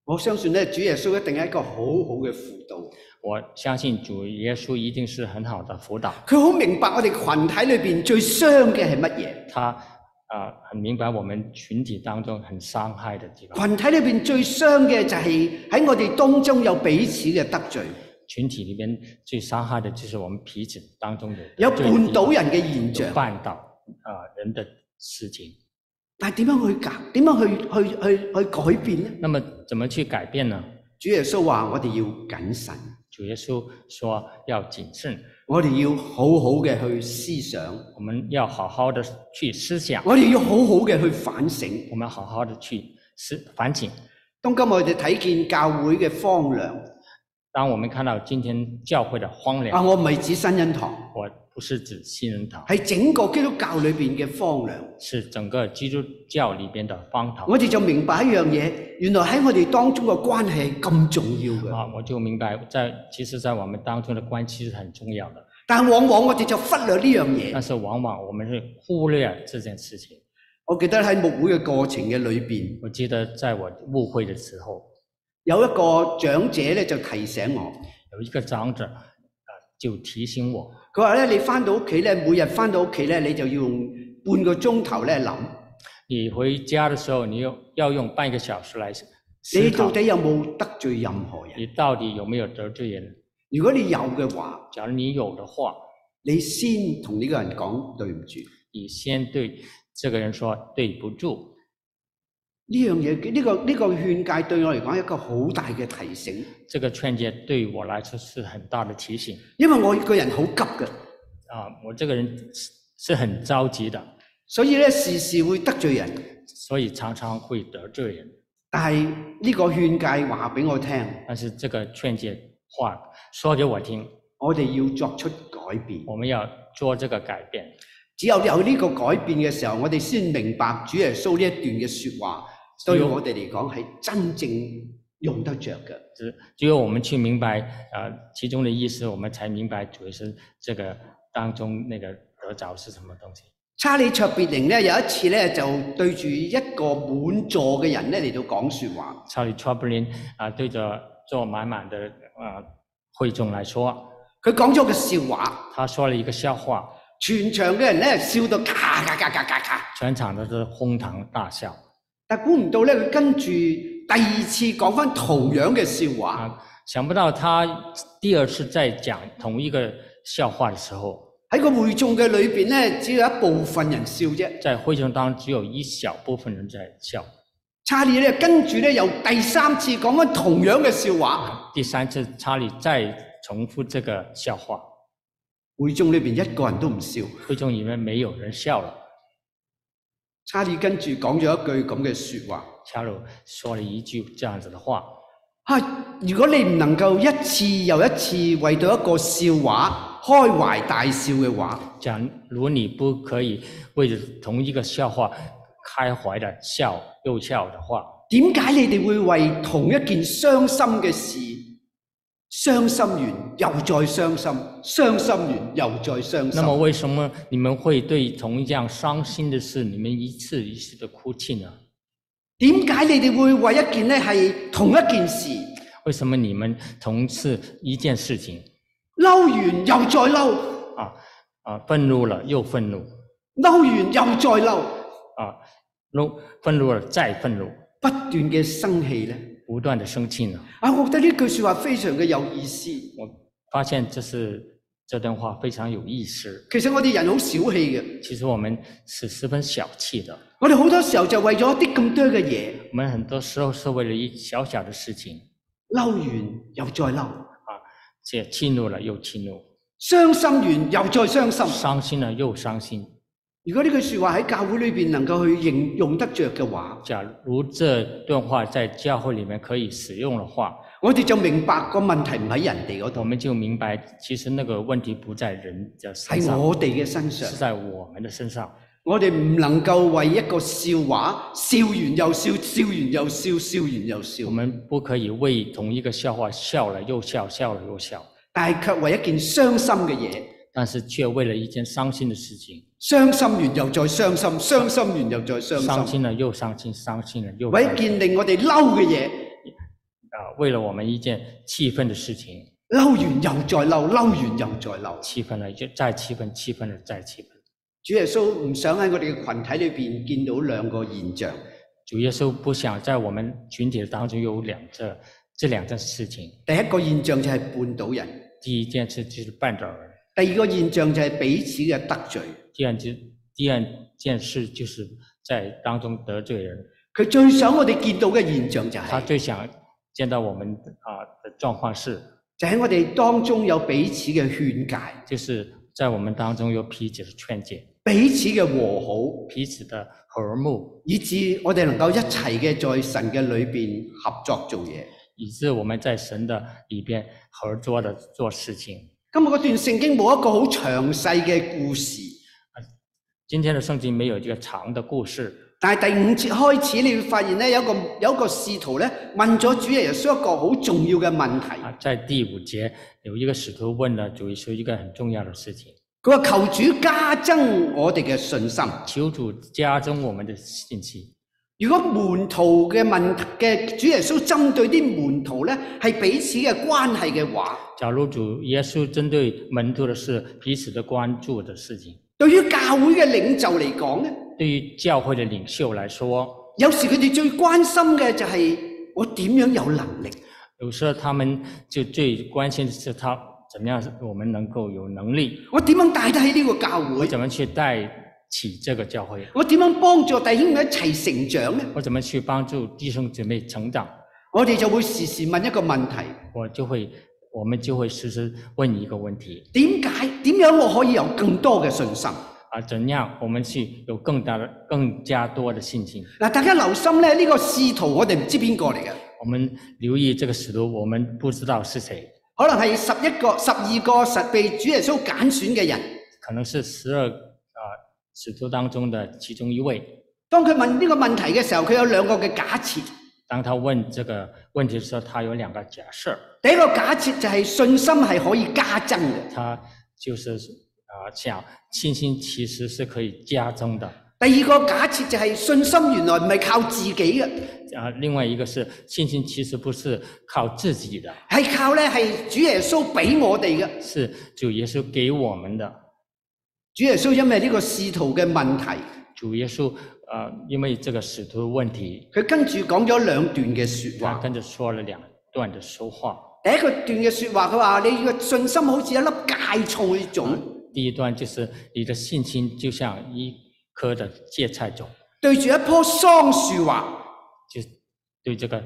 C: 我相信咧，主耶穌一定係一個好好嘅輔導，
A: 我相信主耶稣一定是很好的辅导。
C: 佢好明白我哋群體裏邊最傷嘅係乜嘢。
A: 他啊、呃很明白我们群体当中很伤害的地方，
C: 群體裏邊最傷嘅就係喺我哋當中有彼此嘅得罪，
A: 群体里边最伤害的就是我们彼此当中的
C: 有
A: 最
C: 絆倒人嘅現
A: 有
C: 象。
A: 绊倒啊、呃人的事情。
C: 但係點樣去隔？點樣去去去去改變呢？
A: 那么怎么去改变呢？
C: 主耶穌話：我哋要謹慎，
A: 主耶稣说要谨慎，
C: 我哋要好好嘅去思想，
A: 我们要好好的去思想，
C: 我哋要好好嘅去反省。
A: 我们好好的去思反省。
C: 當今我哋睇見教會嘅荒涼，
A: 当我们看到今天教会的荒
C: 啊，
A: 凉，
C: 我唔係指新恩堂，
A: 我不是指新人堂，
C: 係整個基督教裏邊嘅荒涼。
A: 是整个基督教里边的荒唐。
C: 我哋就明白一樣嘢，原來喺我哋當中嘅關係係咁重要嘅。
A: 啊，我就明白在，其实，在我们当中的关系是很重要的，
C: 但往往我哋就忽略呢樣
A: 但
C: 嘢。
A: 是往往我们是忽略这件事情。
C: 我記得喺牧會嘅過程嘅裏邊，
A: 我记得在我误会的时候，
C: 有一個長者咧就提醒我，
A: 有一个长者啊就提醒我，
C: 佢話咧：你翻到屋企咧，每日翻到屋企咧，你就要用半個鐘頭咧諗，
A: 你回家的时候，你要要用半个小时来思
C: 你
A: 思
C: 到
A: 考，
C: 底有冇得罪任何人？
A: 你到底有没有得罪人？
C: 如果你有嘅話，
A: 假如你有的话，
C: 你先同呢個人講對唔住。
A: 你先对这个人说对不住。
C: 呢樣嘢，呢、個呢、個勸戒對我嚟講係一個好大嘅提醒，
A: 这个劝诫对我来说是很大的提醒
C: 因為我個人好急嘅，
A: 啊！我这个人是是很着急的，
C: 所以咧時時會得罪人。
A: 所以常常会得罪人。
C: 但係呢個勸戒話俾我聽，
A: 但是这个劝诫话说给我听，
C: 我哋要作出改變。
A: 我们要做这个改变。
C: 只有有呢個改變嘅時候，我哋先明白主耶穌呢一段嘅説話
A: 只有
C: 對我哋嚟講係真正用得着嘅。
A: 只只有我们去明白呃其中的意思，我们才明白主耶稣这个当中那个得着是什么东西。
C: 查理卓別靈咧有一次咧就對住一個滿座嘅人咧嚟到講説話，
A: 查理·卓布林啊，对着坐满满的呃会众来说，
C: 佢講咗個笑話，
A: 他说了一个笑话，
C: 全場嘅人咧笑到咔咔咔咔咔咔，
A: 全场都是哄堂大笑
C: 但估唔到咧佢跟住第二次講翻同樣嘅笑話。
A: 啊！想不到他第二次在讲同一个笑话的时候，
C: 喺個會眾嘅裏邊咧，只有一部分人笑啫。
A: 在会众当中只有一小部分人在笑。
C: 查理咧跟住咧又第三次講翻同樣嘅笑話。
A: 第三次，查理再重复这个笑话，
C: 會眾裏面一個人都唔笑。
A: 会众里面没有人笑了。
C: 查理跟住講咗一句咁嘅説話：
A: 查理说了一句这样子的话：
C: 啊，如果你唔能夠一次又一次為到一個笑話開懷大笑嘅話，
A: 假如你不可以为着同一个笑话开怀的笑又笑的话，
C: 點解你哋會為同一件傷心嘅事傷心完又再傷心，傷心完又再傷
A: 那么
C: 心？
A: 为什么你们会对同一件伤心的事，你们一次一次的哭泣呢？
C: 點解你哋會為一件咧係同一件事
A: 为什么你们同是一件事情
C: 嬲完又再嬲，
A: 啊啊，愤怒了又愤怒
C: 嬲完又再嬲，
A: 啊，怒愤怒了再愤怒，
C: 不斷嘅生氣呢？
A: 不断的生气呢？
C: 啊，我覺得呢句説話非常嘅有意思。其
A: 我发现这是这段话非常有意思。
C: 實我哋人好小氣嘅，
A: 其实我们是十分小氣的，
C: 我哋好多時候就為咗一啲咁多嘅嘢
A: 我们很多时候是为了一小小的事情
C: 嬲完又再嬲，
A: 啊，这气怒了又气怒，
C: 傷心完又再傷心。
A: 伤心了又伤心。
C: 如果呢句説話喺教會裏邊能夠去應用得着嘅話，
A: 假如这段话在教会里面可以使用的话，
C: 我哋就明白個問題唔喺人哋嗰
A: 我
C: 度，
A: 们就明白，其实那个问题不在人的身
C: 喺
A: 上，
C: 我哋嘅身上
A: 是。在我们的身上。
C: 我哋唔能夠為一個笑話笑完又笑，笑完又笑，笑完又笑
A: 我，们不可以为同一个笑话笑了又笑，笑了又笑，
C: 但係卻為一件傷心嘅嘢。
A: 但是却为了一件伤心的事情，
C: 傷心完又再傷心，傷心完又再傷
A: 伤
C: 心。
A: 心了又伤心，伤心了又
C: 为
A: 伤
C: 一
A: 心
C: 件令我哋嬲嘅嘢，
A: 啊！为了我们一件气愤的事情，
C: 嬲完又再嬲，嬲完又再嬲。
A: 气愤了又再气愤，气愤了再气愤。
C: 主耶穌唔想喺我哋嘅群體裏邊見到兩個現象，
A: 主耶稣不想在我们群体当中有两这这两件事情，
C: 第一個現象就係絆倒人，
A: 第一件事就是绊倒人，
C: 第二個現象就係彼此嘅得罪。
A: 第二件第二件事就是在当中得罪人。
C: 佢最想我哋見到嘅現象就
A: 他
C: 係、
A: 最想见到我们啊的状况是，
C: 就喺我哋當中有彼此嘅勸戒，
A: 就是在我们当中有彼此的劝解，
C: 彼此嘅和好，
A: 彼此的和睦，
C: 以致我哋能夠一齊嘅在神嘅裏邊合作做嘢。
A: 以致我们在神的里边合作的做事情。
C: 今日嗰段聖經冇一個好詳細嘅故事，
A: 今天的圣经没有这个长的故事，
C: 但係第五節開始，你會發現咧有一個有一個使徒咧問咗主耶穌一個好重要嘅問題。
A: 啊，在第五节有一个使徒问了主耶稣一个很重要的事情，
C: 佢話求主加增我哋嘅信心。
A: 求主加增我们的信心。
C: 如果門徒嘅問嘅主耶穌針對啲門徒咧係彼此嘅關係嘅話，
A: 假如主耶稣针对门徒的是彼此的关注的事情，
C: 對於教會嘅領袖嚟講咧，
A: 对于教会的领袖来说，
C: 有時佢哋最關心嘅就係我點樣有能力。
A: 有时候他们就最关心的是他怎么样我们能够有能力，
C: 我點樣帶得起呢個教會？
A: 怎么去带起这个教会，
C: 我點樣幫助弟兄一齊成長呢？
A: 我怎么去帮助弟兄姊妹成长，
C: 我哋就會時時問一個問題：
A: 我就会我们就会时时问一个问题。
C: 點解？點樣我可以有更多嘅信心？
A: 啊，怎样我们去有更大的、更加多的信心？
C: 嗱，大家留心咧，呢、個仕途我哋唔知邊個嚟嘅，
A: 我们留意这个使徒，我们不知道是谁，
C: 可能係十一個、十二個實被主耶穌揀選嘅人。
A: 可能是十二啊使徒当中的其中一位。
C: 當佢問呢個問題嘅時候，佢有兩個嘅假設。
A: 当他问这个问题的时候，他有两个假设，
C: 第一個假設就係信心係可以加增嘅。
A: 他就是啊、想信心其实是可以加增的，
C: 第二個假設就係信心原來唔係靠自己嘅，
A: 啊，另外一个是信心其实不是靠自己的，
C: 係靠咧係主耶穌俾我哋嘅。
A: 是主耶稣给我们的。
C: 主耶穌因為呢個仕途嘅問題。
A: 主耶稣啊，因为这个使徒的问题，
C: 佢跟住講咗兩段嘅説
A: 他
C: 話。
A: 跟着说了兩段的说話。
C: 第一個段嘅説話，佢話你嘅信心好似一粒芥菜種，
A: 第一段就是你的信心就像一颗的芥菜种，
C: 對住一棵桑樹話：
A: 就对这个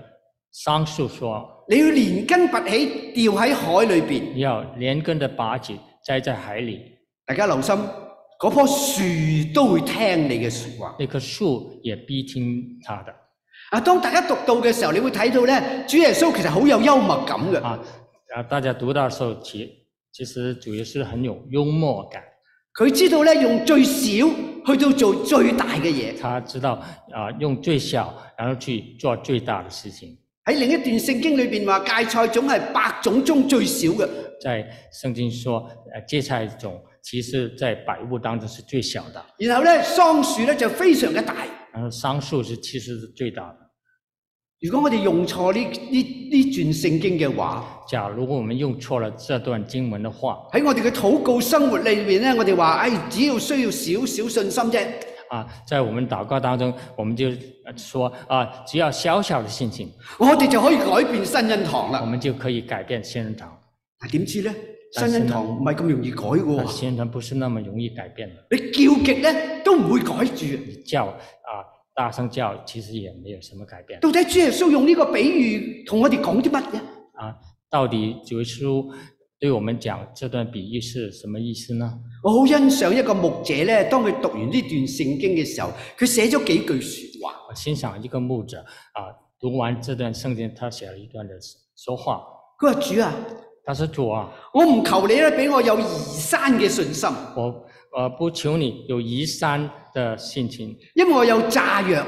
A: 桑树说，
C: 你要連根拔起，掉喺海裏邊。
A: 你要连根的拔起，栽在海里。
C: 大家留心，嗰棵樹都會聽你嘅説話。
A: 那棵树也必聽他的。
C: 啊，當大家讀到嘅時候，你會睇到咧，主耶穌其實好有幽默感嘅。
A: 啊啊！大家读到的时候，其其实主耶稣很有幽默感，
C: 佢知道咧，用最少去到做最大嘅嘢。
A: 他知道啊用最小，然後去做最大的事情。
C: 喺另一段聖經裏邊話，芥菜種係百種中最少嘅。
A: 在圣经说，呃，芥菜种其实在百物当中是最小的，
C: 然後咧，桑樹咧就非常嘅大。
A: 然后桑树是其实是最大的。
C: 如果我哋用錯呢呢呢段聖經嘅話，
A: 假如我们用错了这段经文的话，
C: 喺我哋嘅禱告生活裏面咧，我哋話：，唉、只要需要少少信心啫。
A: 啊，在我们祷告当中，我们就呃说啊，只要小小的信心，
C: 我哋就可以改變新恩堂
A: 我
C: 啦。
A: 们就可以改变仙人堂。
C: 但點知咧，新
A: 但
C: 恩堂唔係咁容易改嘅
A: 那
C: 喎，
A: 仙人堂不是那么容易改变的，
C: 你叫極咧都唔會改住。
A: 你叫啊大声叫，其实也没有什么改变
C: 到底主耶穌用呢個比喻同我哋講啲乜嘢？
A: 啊。到底主耶稣对我们讲这段比喻是什么意思呢？
C: 我好欣賞一個牧者咧，當佢讀完呢段聖經嘅時候，佢寫咗幾句説話。
A: 我欣赏一个牧者啊，读完这段圣经，他写了一段的说话，
C: 佢話：主啊，
A: 他说：“主啊，
C: 我唔求你咧，俾我有移山嘅信心，
A: 我呃不求你有移山的信心，
C: 因為我有炸藥。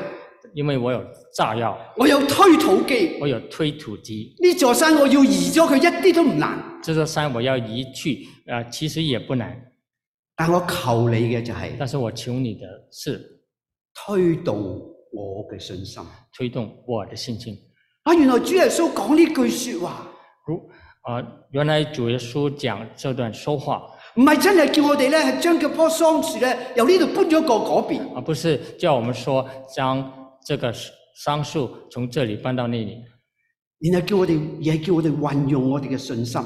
A: 因为我有炸药，
C: 我有推土機，
A: 我有推土机。
C: 呢座山我要移咗佢，一啲都唔難。
A: 这座山我要移去，呃，其实也不难，
C: 但我求你嘅就係
A: 但是我求你的是
C: 推動我嘅信心。
A: 推动我的信心。
C: 啊，原來主耶穌講呢句说話，
A: 如啊、原来主耶稣讲这段说话，
C: 唔係真係叫我哋咧，係將嗰棵桑樹咧由呢度搬咗過嗰邊，
A: 啊而不是叫我们说将这个桑树从这里搬到那里，
C: 然後叫我哋而係叫我哋運用我哋嘅信心，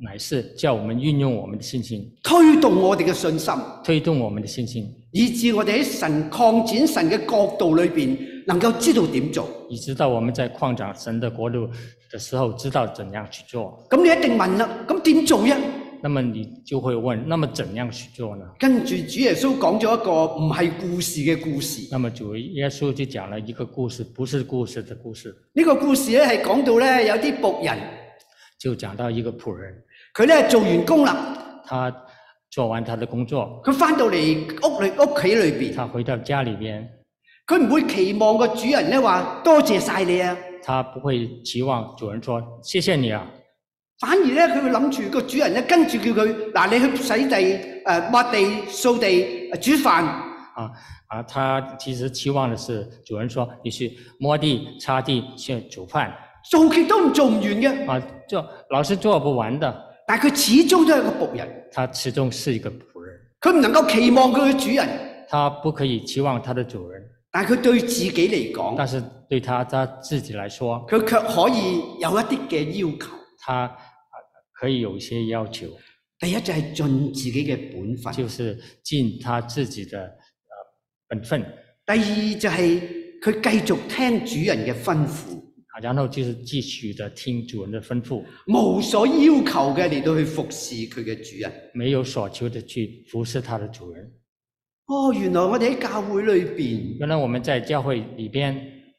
A: 乃是叫我们运用我们的信心，
C: 推動我哋嘅信心，
A: 推动我们的信心，
C: 以致我哋喺神擴展神嘅角度裏边，能夠知道點做。
A: 以知道我们在扩展神的国度的时候，知道怎样去做。
C: 咁你一定問啦，咁點做呀？
A: 那么你就会问，那么怎样去做呢？
C: 跟住主耶穌講咗一個唔係故事嘅故事。
A: 那么主耶稣就讲了一个故事，不是故事的故事，
C: 呢、個故事咧係講到咧有啲仆人，
A: 就讲到一个仆人，
C: 佢咧做完工啦，
A: 他做完他的工作，
C: 佢翻到嚟屋裏屋企裏邊，
A: 他回到家里边，
C: 佢唔會期望個主人咧話多謝晒你啊，
A: 他不会期望主人说谢谢你啊，
C: 反而咧佢會諗住個主人咧跟住叫佢嗱你去洗地、誒、抹地、掃地、呃煮飯。
A: 啊啊，他其实期望的是主人说你去摸地、擦地、去煮饭
C: 做極都唔做唔完嘅，
A: 啊，做老是做不完的，
C: 但係佢始終都係個仆人，
A: 他始终是一个仆人，
C: 佢唔能夠期望佢嘅主人，
A: 他不可以期望他的主人，
C: 但係佢對自己嚟講，
A: 但是對他他自己来说，
C: 佢卻可以有一啲嘅要求。
A: 他啊可以有一些要求，
C: 第一就係盡自己嘅本分，
A: 就是尽他自己的呃本分
C: 第二就係佢繼續聽主人嘅吩咐，
A: 啊，然后就是继续的听主人的吩咐，
C: 無所要求嘅嚟到去服侍佢嘅主人。
A: 没有所求的去服侍他的主人。
C: 哦，原來我哋喺教會裏邊
A: 原来我们在教会里边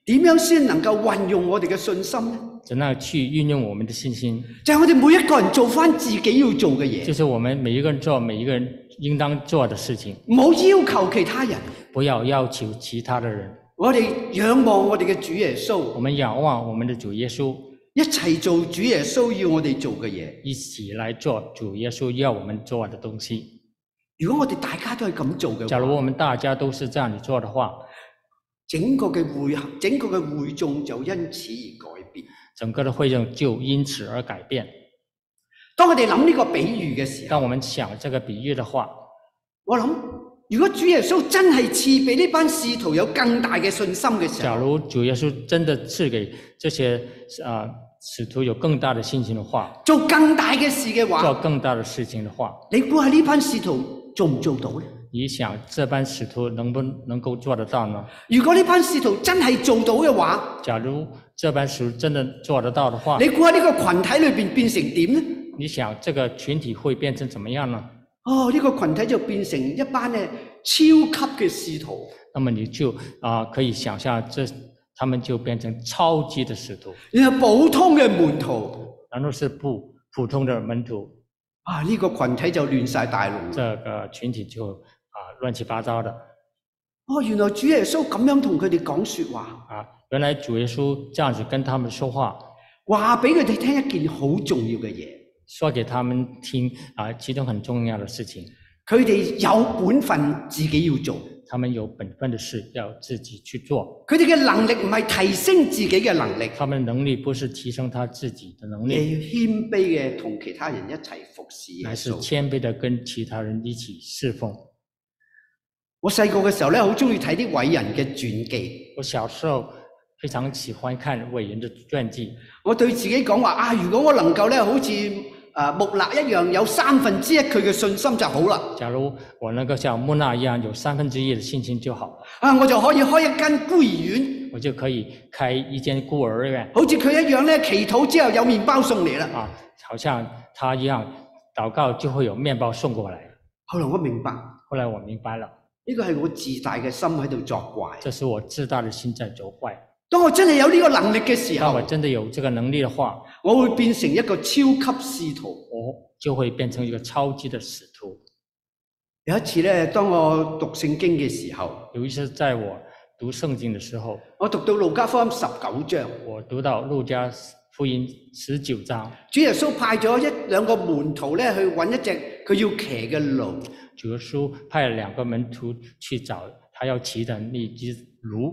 C: 點樣先能夠運用我哋嘅信心呢？
A: 怎样去运用我们的信心，
C: 就係、我哋每一個人做翻自己要做嘅
A: 就
C: 嘢，
A: 是我们每一个人做每一个人应当做的事情，
C: 唔好要求其他人。
A: 不要要求其他的人。
C: 我哋仰望我哋嘅主耶
A: 我
C: 穌，
A: 们仰望我们的主耶稣，
C: 一齊做主耶穌要我哋做嘅嘢。
A: 一起来做主耶稣要我们做的东西。
C: 如果我哋大家都係咁做嘅
A: 假
C: 話，
A: 如我们大家都是这样子做的话，
C: 整個嘅會整個嘅會眾就因此而改變。
A: 整个的会众就因此而改变。
C: 當我哋諗呢個比喻嘅時候，
A: 当我们想这个比喻的话，
C: 我諗如果主耶穌真係賜俾呢班使徒有更大嘅信心嘅時
A: 假
C: 候，
A: 如主耶稣真的赐给这些啊、呃使徒有更大的信心的话，
C: 做更大嘅事嘅
A: 做
C: 話，
A: 更大的事情的话，
C: 你估下呢班使徒做唔做到呢？
A: 你想这班使徒能不能够做得到呢？
C: 如果呢班使徒真係做到嘅話，
A: 假如这班使徒真的做得到的话，
C: 你估下呢個群體裏邊變成點呢？
A: 你想这个群体会變成怎么样呢？
C: 哦，呢、個群體就變成一班咧超級嘅使徒，
A: 那么你就啊、可以想象这他们就变成超级的使徒，
C: 然後普通嘅門徒。
A: 然后是不普通的门徒，
C: 啊！呢、個群體就亂晒大龍啦。
A: 这个群体就啊乱七八糟的
C: 哦，原來主耶穌咁樣同佢哋講説話，
A: 啊。原来主耶穌这样子跟他们说话，
C: 話俾佢哋聽一件好重要嘅嘢。
A: 说给他们听啊，其中很重要的事情，
C: 佢哋有本分自己要做，
A: 他们有本分的事要自己去做，
C: 佢哋嘅能力唔係提升自己嘅能力，
A: 他们能力不是提升他自己的能
C: 而
A: 力，
C: 要謙卑嘅同其他人一齊服侍耶
A: 乃是
C: 穌。
A: 谦卑的跟其他人一起侍奉。
C: 我細個嘅時候咧，好中意睇啲偉人嘅傳記。
A: 我小时候非常喜歡看伟人的传记，
C: 我對自己講話啊，如果我能夠咧，好似啊穆勒一樣，有三分之一佢嘅信心就好啦。
A: 假如我能够像木讷一样有三分之一的信心就好了，
C: 啊，我就可以開一間孤兒院，
A: 我就可以开一间孤儿院
C: 好似佢一樣咧，祈禱之後有麵包送嚟啦。
A: 啊，好像他一样，祷告就会有面包送過来。
C: 後來我明白，呢
A: 后来我明白了，
C: 個係我自大嘅心喺度作怪。
A: 这是我自大的心在作怪。
C: 當我真係有呢個能力嘅時
A: 当
C: 候
A: 我，真的有这个能力的话，
C: 我會變成一個超級使徒。
A: 我就会变成一个超级的使徒。
C: 有一次咧，當我讀聖經嘅時候，
A: 有一次，在我读圣经的时候，
C: 我讀到路加福音十九章，
A: 我读到路加福音十九章，
C: 主耶穌派咗一兩個門徒咧去揾一隻佢要騎嘅驢。
A: 主耶稣派了两个门徒去找他要骑的那只驴。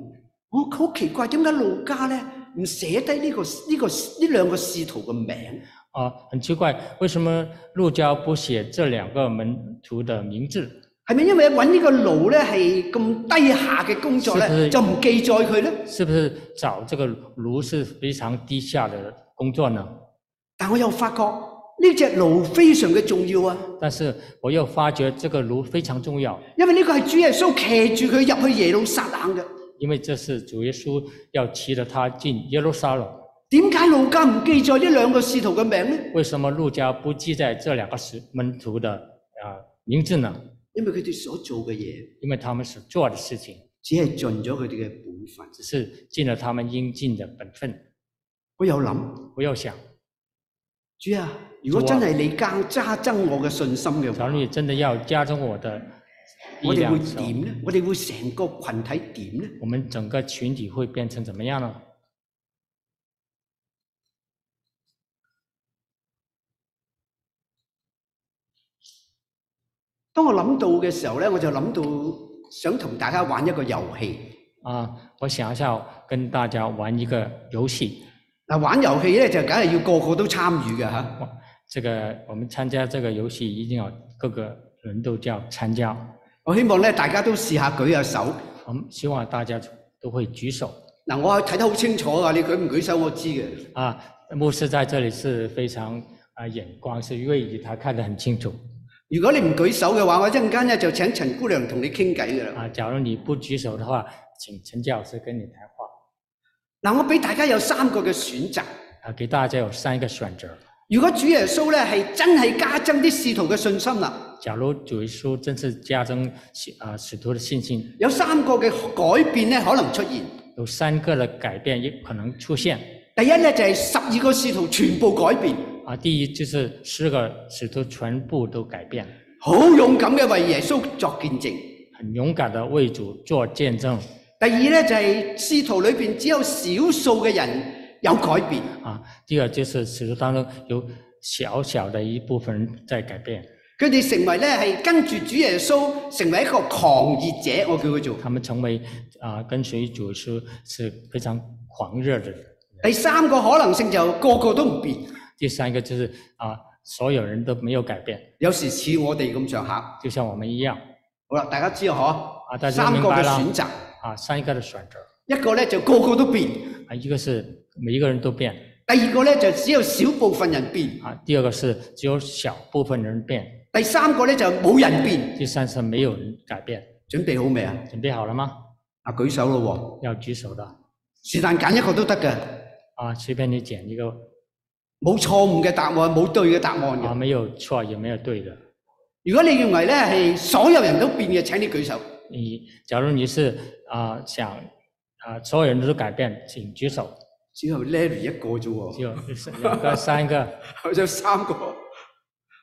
C: 我好奇怪，點解路加咧唔寫低呢個呢、個呢兩個使徒嘅名？
A: 啊，很奇怪，为什么路加不写这两个门徒的名字？
C: 係咪因為揾呢個驢咧係咁低下嘅工作
A: 是不是
C: 咧，就唔記載佢咧？
A: 是不是找这个卢是非常低下的工作呢？
C: 但我又發覺呢只驢非常嘅重要啊，
A: 但是我又发觉这个卢非常重要，
C: 因為呢個係主耶穌騎住佢入去耶路撒冷嘅。
A: 因为这是主耶稣要骑着他进耶路撒冷。
C: 點解路加唔記載呢兩個使徒嘅名呢？
A: 为什么路加不记载这两个使门徒的啊、名字呢？
C: 因為佢哋所做嘅嘢
A: 因为他们所做的事情
C: 只係盡咗佢哋嘅本分。
A: 只是尽了他们应尽的本分。
C: 我有諗，
A: 不要想，
C: 主啊，如果
A: 主啊
C: 真係你加加增我嘅信心
A: 假
C: 嘅話，
A: 如你真的要加增我的力
C: 我哋
A: 量
C: 會
A: 的时候，
C: 點呢？我哋會成個群體點呢？
A: 我们整个群体会变成怎么样呢？
C: 當我諗到嘅時候呢，我就諗到想同大家玩一個遊戲。
A: 啊，我想一下，跟大家玩一个游戏。
C: 嗱，玩遊戲呢，就梗係要個個都參與嘅嚇。
A: 这个我们参加这个游戏，一定要各个人都要参加。
C: 我希望咧，大家都試下舉下手。
A: 我们希望大家都会举手
C: 嗱，我睇得好清楚啊，你舉唔舉手我知嘅。
A: 啊。牧师在这里是非常啊，眼光是锐意，他看得很清楚
C: 如果你唔舉手嘅話，我一陣間咧就請陳姑娘同你傾偈㗎啦。
A: 啊。假如你不举手的话，请陈教师跟你谈话
C: 嗱，我俾大家有三個嘅選擇。
A: 啊，给大家有三个选择。
C: 如果主耶穌咧係真係加增啲使徒嘅信心啦，
A: 假如主耶稣真是加增使啊使徒的信心，
C: 有三個嘅改變咧可能出現。
A: 有三个的改变也可能出现
C: 第一咧就係十二個使徒全部改變，
A: 啊。第一就是四个使徒全部都改变，
C: 好勇敢嘅為耶穌作見證。
A: 很勇敢的为主做见证
C: 第二咧就係使徒裏面只有少數嘅人有改變。
A: 啊。第二就是使徒当中有小小的一部分人在改变，
C: 佢哋成為咧係跟住主耶穌，成為一個狂熱者，我叫佢做。
A: 他们成为啊跟随主耶稣是非常狂热的人。
C: 第三個可能性就個個都唔變，
A: 第三个就是啊，所有人都没有改变，
C: 有時似我哋咁上下。
A: 就像我们一样
C: 好啦，大家知道
A: 啊大
C: 嗬？
A: 家
C: 三個嘅
A: 明白啦
C: 選擇，
A: 啊，三个的选择
C: 一個咧就個個都變，
A: 啊，一个是每一个人都变
C: 第二個咧就只有少部分人變，
A: 啊，第二个是只有小部分人变，
C: 第三個咧就冇人變。
A: 第三是没有人改变。
C: 準備好未啊？
A: 准备好了吗？
C: 啊，舉手咯
A: 要举手的
C: 喎！是但揀一個都得嘅，
A: 啊，随便你拣一个
C: 冇錯誤嘅答案，冇對嘅答案
A: 啊，
C: 嘅。
A: 没有错也没有对的。
C: 如果你認為咧係所有人都變嘅，請你舉手。
A: 你假如你是啊、想啊、所有人都改变，请举手。
C: 只有 Larry 一個啫喎。
A: 只有两个三个，
C: 我就三個。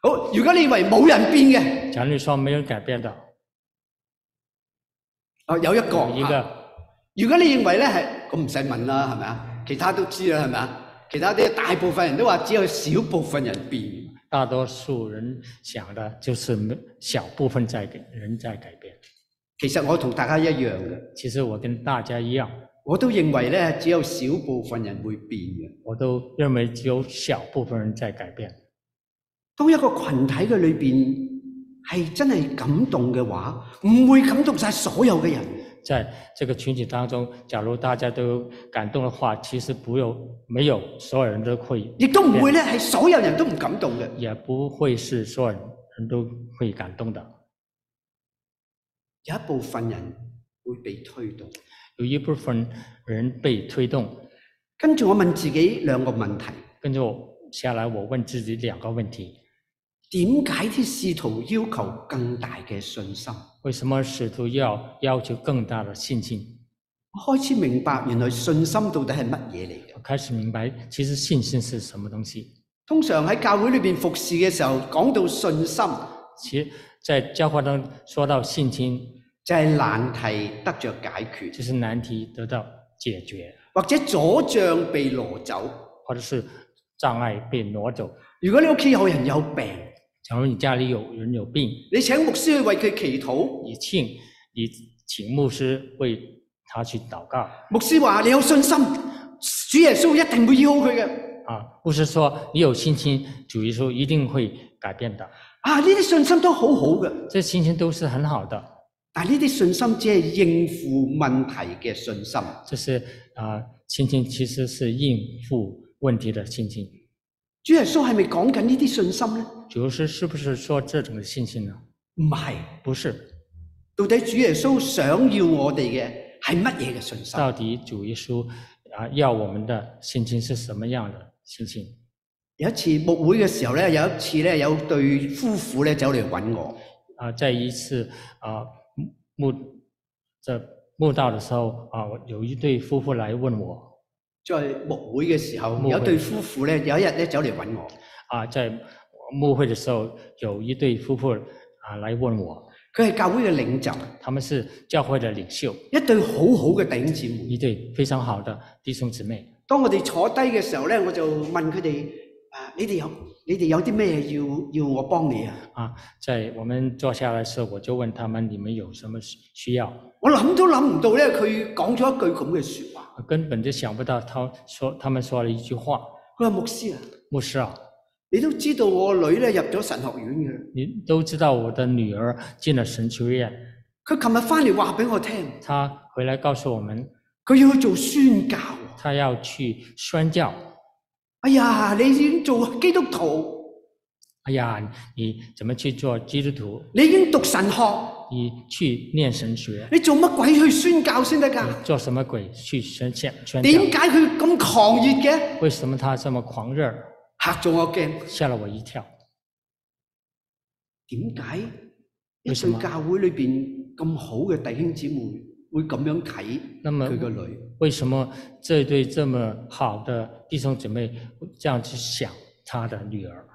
C: 好，如果你以為冇人變嘅，
A: 假如你说没有改变的，
C: 啊有一個
A: 有一
C: 啊
A: 个
C: 如果你認為咧係，咁唔使問啦，係咪啊？其他都知啦，係咪啊？其他啲大部分人都話只有少部分人變。
A: 大多数人想的就是没小部分在改人在改变。
C: 其實我同大家一樣嘅，
A: 其实我跟大家一样，
C: 我都認為咧只有少部分人會變嘅。
A: 我都认为只有小部分人在改變。
C: 當一個群體嘅裏邊係真係感動嘅話，唔會感動晒所有嘅人。
A: 在这个群体当中，假如大家都有感动的话，其实不有没有所有人都会，
C: 亦都唔會咧，係所有人都唔感動嘅。
A: 也不会是所有人都会感动的。
C: 有一部分人會被推動。
A: 有一部分人被推动，
C: 跟住我問自己兩個問題：
A: 跟着我下来，我问自己两个问题：
C: 點解啲使徒要求更大嘅信心？
A: 为什么使徒要要求更大的信心？
C: 我開始明白原來信心到底係乜嘢嚟嘅。
A: 我开始明白，其实信心是什么东西。
C: 通常喺教會裏面服侍嘅時候，講到信心
A: 其实，在教会当中说到信心，
C: 就係難題得着解決，
A: 就是难题得到解决，
C: 或者阻障被挪走。
A: 或者是障碍被挪走。
C: 如果你屋企有人有病，
A: 假如你家里有人有病，
C: 你請牧師去為佢祈禱，
A: 你请你请牧师为他去祷告
C: 牧師話你有信心，主耶穌一定會醫好佢嘅。
A: 啊。牧师说你有信心，主耶稣一定会改变的。
C: 啊，呢啲信心都好好嘅，
A: 这信心都是很好的，
C: 但呢啲信心只係應付問題嘅信心。
A: 这是啊、信心其实是应付问题的信心。
C: 主耶穌係咪講緊呢啲信心呢？
A: 主耶稣是不是说这种的信心呢？
C: 唔係，
A: 不是，
C: 到底主耶穌想要我哋嘅係乜嘢嘅信心？
A: 到底主耶稣啊、啊，要我们的心情是什么样的心情？
C: 有一次牧會嘅時候咧，有一次咧有對夫婦咧走嚟揾我，
A: 啊，在一次啊墓这墓道的时候啊，我有一对夫妇来问我
C: 在牧會嘅時候
A: 牧會
C: 有一對夫婦咧有一日咧走嚟揾我，
A: 啊，在墓会的时候，有一对夫妇啊来问我，
C: 佢係教會嘅領袖，
A: 他们是教会的领袖，
C: 一對好好嘅弟兄姊妹。
A: 一对非常好的弟兄姊妹。
C: 當我哋坐低嘅時候咧，我就問佢哋：啊，你哋有你哋有啲咩要要我幫你啊？
A: 啊，在我们坐下来的时候，我就问他们：你们有什么需需要？
C: 我諗都諗唔到咧，佢講咗一句咁嘅説話。
A: 我根本就想不到他说他们说了一句话
C: 佢話牧師啊，：“
A: 牧师啊，
C: 你都知道我女咧入咗神學院嘅啦。
A: 你都知道我的女儿进了神学院，
C: 佢琴日翻嚟話俾我聽，
A: 她回来告诉我们，
C: 佢要去做宣教。
A: 她要去宣教。
C: 哎呀，你已經做基督徒，
A: 哎呀，你怎么去做基督徒？
C: 你已經讀神學，
A: 你去念神学，
C: 你做乜鬼去宣教先得㗎？
A: 你做什么鬼去宣教？宣教
C: 點？解佢咁狂熱嘅？
A: 为什么他这么狂热？
C: 嚇咗我驚。
A: 吓了我一跳。
C: 點解一
A: 為什麼
C: 對教會裏邊咁好嘅弟兄姊妹會咁樣睇
A: 那么
C: 佢個女？
A: 为什么这对这么好的弟兄姊妹这样去想他的女儿？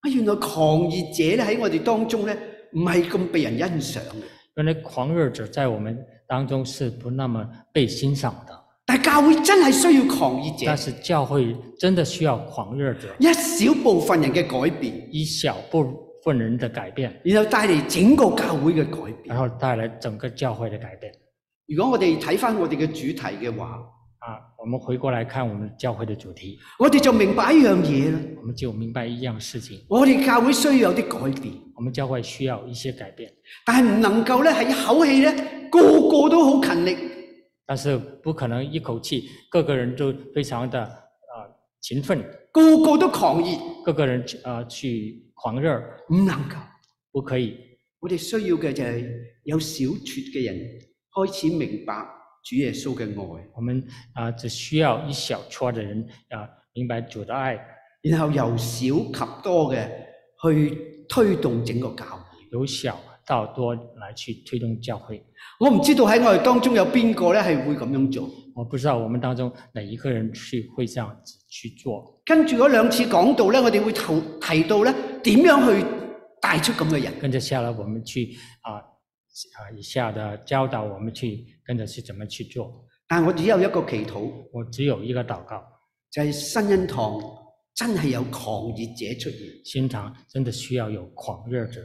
C: 啊，原來狂熱者咧喺我哋當中咧，唔係咁被人欣賞嘅。
A: 原来狂热者在我们当中是不那么被欣赏的，
C: 但係教會真係需要狂熱
A: 但
C: 者，
A: 是教会真的需要狂熱者，
C: 一小部分人嘅改變，
A: 一小部分人的改变，
C: 然後帶嚟整個教會嘅改變。
A: 然後帶來整個教會的改變。
C: 如果我哋睇翻我哋嘅主題嘅話，
A: 啊，我們回過來看我們教會的主題，
C: 我哋就明白一樣嘢啦。
A: 我们就明白一樣事情：
C: 我哋教會需要有啲改變，
A: 我們教會需要一些改變，
C: 但係唔能夠咧係一口氣咧個個都好勤力，
A: 但是不可能一口氣各個人都非常的啊、呃勤奮，
C: 個個都狂熱，
A: 各個人啊、呃去狂熱，
C: 唔能夠。
A: 不可以。
C: 我哋需要嘅就係有小撮嘅人開始明白主耶穌嘅愛，
A: 我們啊、只需要一小撮的人啊、明白主的愛，
C: 然後由少及多嘅去推動整個教會。
A: 由小到多来去推动教會。
C: 我唔知道喺我哋當中有邊個咧係會咁樣做。
A: 我不知道我們当中哪一個人去会这样子去做。
C: 跟住嗰兩次講道咧，我哋會提提到咧點樣去帶出咁嘅人。
A: 跟着下来，我們去啊啊以下的教导我们去跟着去怎么去做。
C: 但我只有一個祈禱，
A: 我只有一個禱告，
C: 就係、新恩堂真係有狂熱者出現。
A: 新堂真的需要有狂热者，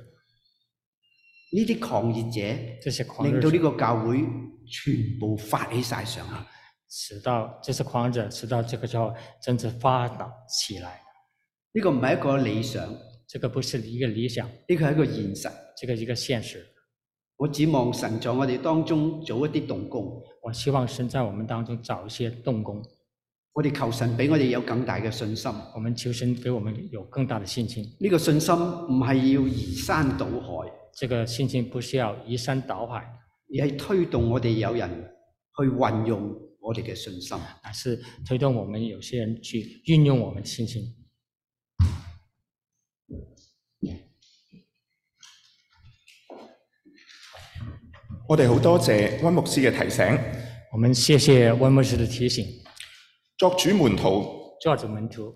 C: 呢啲狂熱者
A: 这些狂
C: 令
A: 热
C: 到呢
A: 者
C: 個教會全部發起晒上嚟。
A: 使到这些狂热者直到这个时候真正发展起来。
C: 呢個唔係一個理想，呢
A: 这个不是一个理想，
C: 個係一個現實。
A: 这个一个现實。
C: 我指望神在我哋當中做一啲動工，
A: 我希望神在我们当中找一些动工。
C: 我哋求神俾我哋有更大嘅信心。呢、
A: 我们求神给我们有更大的信心。
C: 個信心唔係要移山倒海，
A: 这个信心不是要移山倒海，
C: 而係推動我哋有人去運用我哋嘅信心。
A: 而是推动我们有些人去运用我们的信心。
B: 我哋好多謝温牧師嘅提醒，
A: 我们谢谢温牧师的提醒，
B: 作主門徒
A: 做主门徒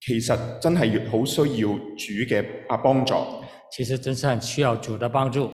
B: 其實真係好需要主嘅啊幫助。
A: 其实真是很需要主的帮助。